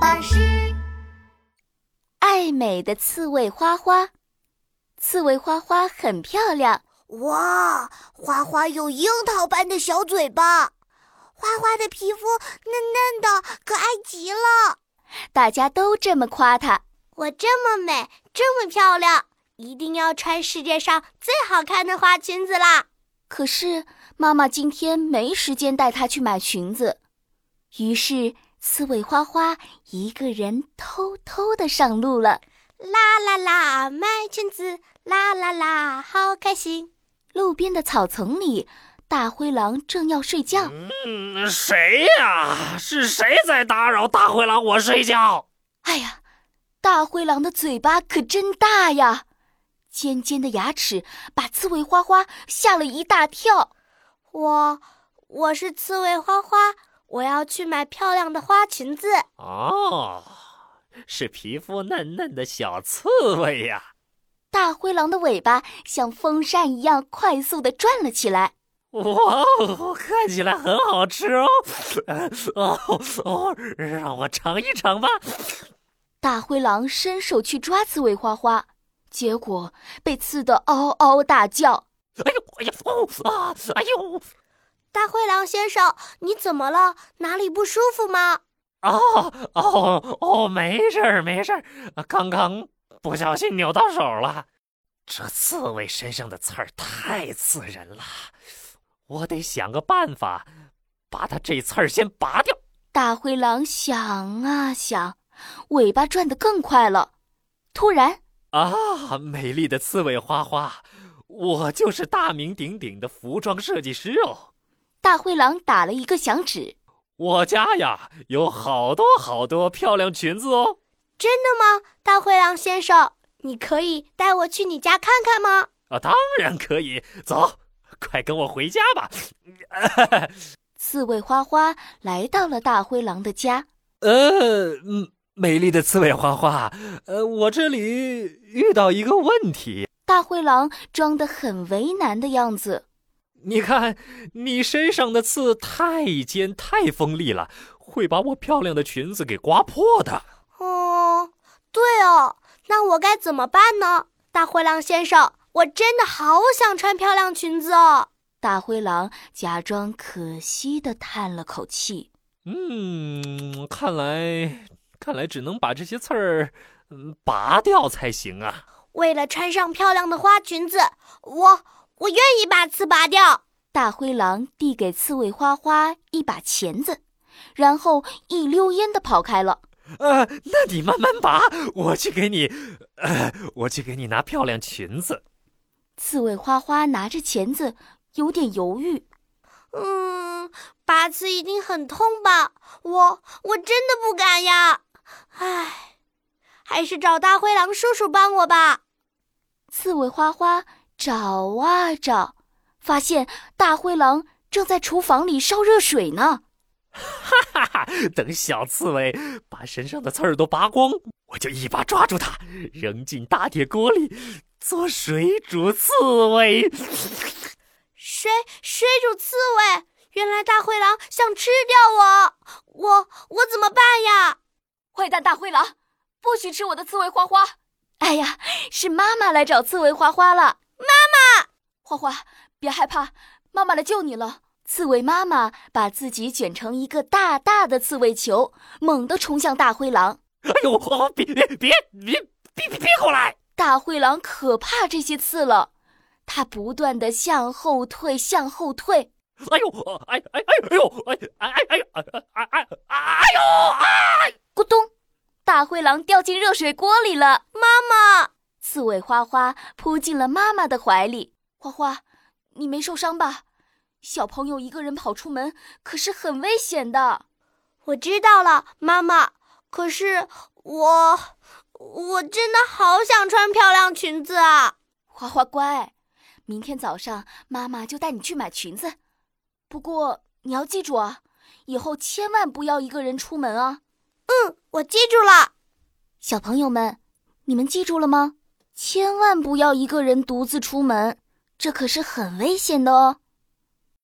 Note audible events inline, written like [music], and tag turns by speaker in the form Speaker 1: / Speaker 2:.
Speaker 1: 巴士。
Speaker 2: 爱美的刺猬花花，刺猬花花很漂亮，
Speaker 1: 哇，花花有樱桃般的小嘴巴，花花的皮肤嫩嫩的，可爱极了。
Speaker 2: 大家都这么夸她。
Speaker 1: 我这么美，这么漂亮，一定要穿世界上最好看的花裙子啦！
Speaker 2: 可是妈妈今天没时间带她去买裙子，于是刺猬花花一个人偷偷的上路了。
Speaker 1: 啦啦啦，卖裙子，啦啦啦，好开心！
Speaker 2: 路边的草丛里，大灰狼正要睡觉，
Speaker 3: 嗯，谁呀？是谁在打扰大灰狼我睡觉？
Speaker 2: 哎呀，大灰狼的嘴巴可真大呀！尖尖的牙齿把刺猬花花吓了一大跳。
Speaker 1: 我我是刺猬花花，我要去买漂亮的花裙子。
Speaker 3: 哦，是皮肤嫩嫩的小刺猬呀！
Speaker 2: 大灰狼的尾巴像风扇一样快速地转了起来。
Speaker 3: 哇哦，看起来很好吃哦！哦哦，让我尝一尝吧。
Speaker 2: 大灰狼伸手去抓刺猬花花，结果被刺得嗷嗷大叫。
Speaker 3: 哎呦哎呦哦啊！哎呦
Speaker 1: 大灰狼先生，你怎么了？哪里不舒服吗？
Speaker 3: 哦哦哦，没事儿没事儿，呃刚刚不小心扭到手了。这刺猬身上的刺儿太刺人了，我得想个办法把它这刺儿先拔掉。
Speaker 2: 大灰狼想啊想，尾巴转得更快了。突然，
Speaker 3: 啊，美丽的刺猬花花，我就是大名鼎鼎的服装设计师哦。
Speaker 2: 大灰狼打了一个响指。
Speaker 3: 我家呀有好多好多漂亮裙子哦。
Speaker 1: 真的吗？大灰狼先生，你可以带我去你家看看吗？
Speaker 3: 啊，当然可以，走，快跟我回家吧。
Speaker 2: 刺猬花花来到了大灰狼的家。
Speaker 3: 呃，嗯，美丽的刺猬花花，呃，我这里遇到一个问题，
Speaker 2: 大灰狼装得很为难的样子。
Speaker 3: 你看你身上的刺太尖太锋利了，会把我漂亮的裙子给刮破的。
Speaker 1: 哦，对哦，那我该怎么办呢？大灰狼先生，我真的好想穿漂亮裙子哦。
Speaker 2: 大灰狼假装可惜地叹了口气。
Speaker 3: 嗯，看来看来只能把这些刺儿嗯拔掉才行啊。
Speaker 1: 为了穿上漂亮的花裙子，我我愿意把刺拔掉。
Speaker 2: 大灰狼递给刺猬花花一把钳子，然后一溜烟地跑开了。
Speaker 3: 呃，那你慢慢拔，我去给你，呃，我去给你拿漂亮裙子。
Speaker 2: 刺猬花花拿着钳子，有点犹豫。
Speaker 1: 嗯，拔刺一定很痛吧？我我真的不敢呀。唉，还是找大灰狼叔叔帮我吧。
Speaker 2: 刺猬花花找啊找，发现大灰狼正在厨房里烧热水呢。
Speaker 3: 哈哈， [laughs] 等小刺猬把身上的刺儿都拔光，我就一把抓住它，扔进大铁锅里做水煮刺猬。
Speaker 1: 水水煮刺猬，原来大灰狼想吃掉我，我我怎么办呀？
Speaker 2: 坏蛋大灰狼，不许吃我的刺猬花花！哎呀，是妈妈来找刺猬花花了。妈妈，花花，别害怕，妈妈来救你了。刺猬妈妈把自己卷成一个大大的刺猬球，猛地冲向大灰狼。
Speaker 3: 哎呦，哦别别别别别别过来！
Speaker 2: 大灰狼可怕这些刺了，它不断的向后退，向后退。
Speaker 3: 哎呦，哎哎哎哎呦，哎哎哎哎哎哎哎哎呦啊！
Speaker 2: 咕咚，大灰狼掉进热水锅里了。妈妈，刺猬花花扑进了妈妈的怀里。花花，你没受伤吧？小朋友一个人跑出门可是很危险的。
Speaker 1: 我知道了，妈妈。可是我，我真的好想穿漂亮裙子啊！
Speaker 2: 花花乖，明天早上妈妈就带你去买裙子。不过你要记住啊，以后千万不要一个人出门啊。
Speaker 1: 我记住了，
Speaker 2: 小朋友们，你们记住了吗？千万不要一个人独自出门，这可是很危险的哦。